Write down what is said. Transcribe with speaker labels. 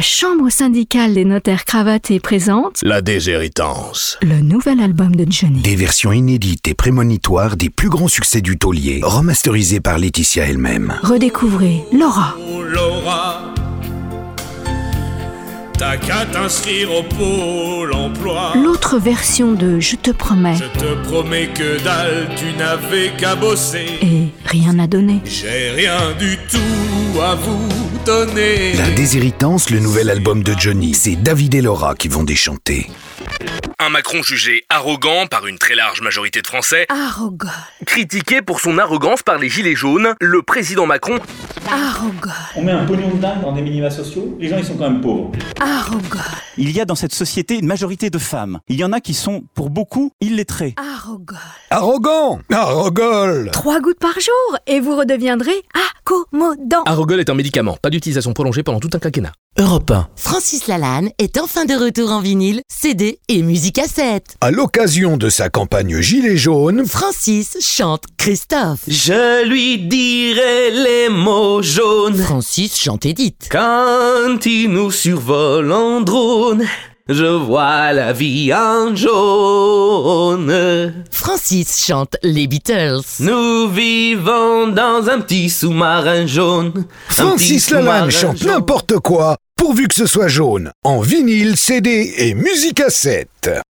Speaker 1: chambre syndicale des notaires cravatés présente
Speaker 2: La déshéritance.
Speaker 1: le nouvel album de Johnny.
Speaker 3: Des versions inédites et prémonitoires des plus grands succès du taulier, remasterisées par Laetitia elle-même.
Speaker 1: Redécouvrez Laura,
Speaker 2: Oh, Laura, t'as qu'à t'inscrire au pôle emploi.
Speaker 1: l'autre version de Je te promets
Speaker 2: Je te promets que dalle, tu n'avais qu'à bosser.
Speaker 1: et Rien à donner.
Speaker 2: J'ai rien du tout à vous donner.
Speaker 3: La déshéritance, le nouvel album de Johnny, c'est David et Laura qui vont déchanter.
Speaker 4: Un Macron jugé arrogant par une très large majorité de Français,
Speaker 1: Arrogol,
Speaker 4: critiqué pour son arrogance par les Gilets jaunes, le président Macron
Speaker 1: arrogol,
Speaker 5: On met un pognon de dingue dans des minima sociaux, les gens ils sont quand même pauvres.
Speaker 1: arrogol,
Speaker 6: Il y a dans cette société une majorité de femmes. Il y en a qui sont, pour beaucoup, illettrées.
Speaker 1: arrogol.
Speaker 3: Arrogant Arrogol
Speaker 1: Trois gouttes par jour et vous redeviendrez accommodant.
Speaker 4: Arrogol est un médicament, pas d'utilisation prolongée pendant tout un quinquennat.
Speaker 7: Europe 1.
Speaker 8: Francis Lalanne est enfin de retour en vinyle, CD et musique à 7.
Speaker 3: À l'occasion de sa campagne Gilets jaunes,
Speaker 8: Francis chante Christophe.
Speaker 7: Je lui dirai les mots jaunes
Speaker 8: Francis chante Edith.
Speaker 7: quand il nous survole en drone. Je vois la vie en jaune.
Speaker 8: Francis chante les Beatles.
Speaker 7: Nous vivons dans un petit sous-marin jaune. Un
Speaker 3: Francis
Speaker 7: petit
Speaker 3: Lalanne
Speaker 7: sous-marin
Speaker 3: chante
Speaker 7: jaune.
Speaker 3: n'importe quoi, pourvu que ce soit jaune, en vinyle, CD et musique à 7.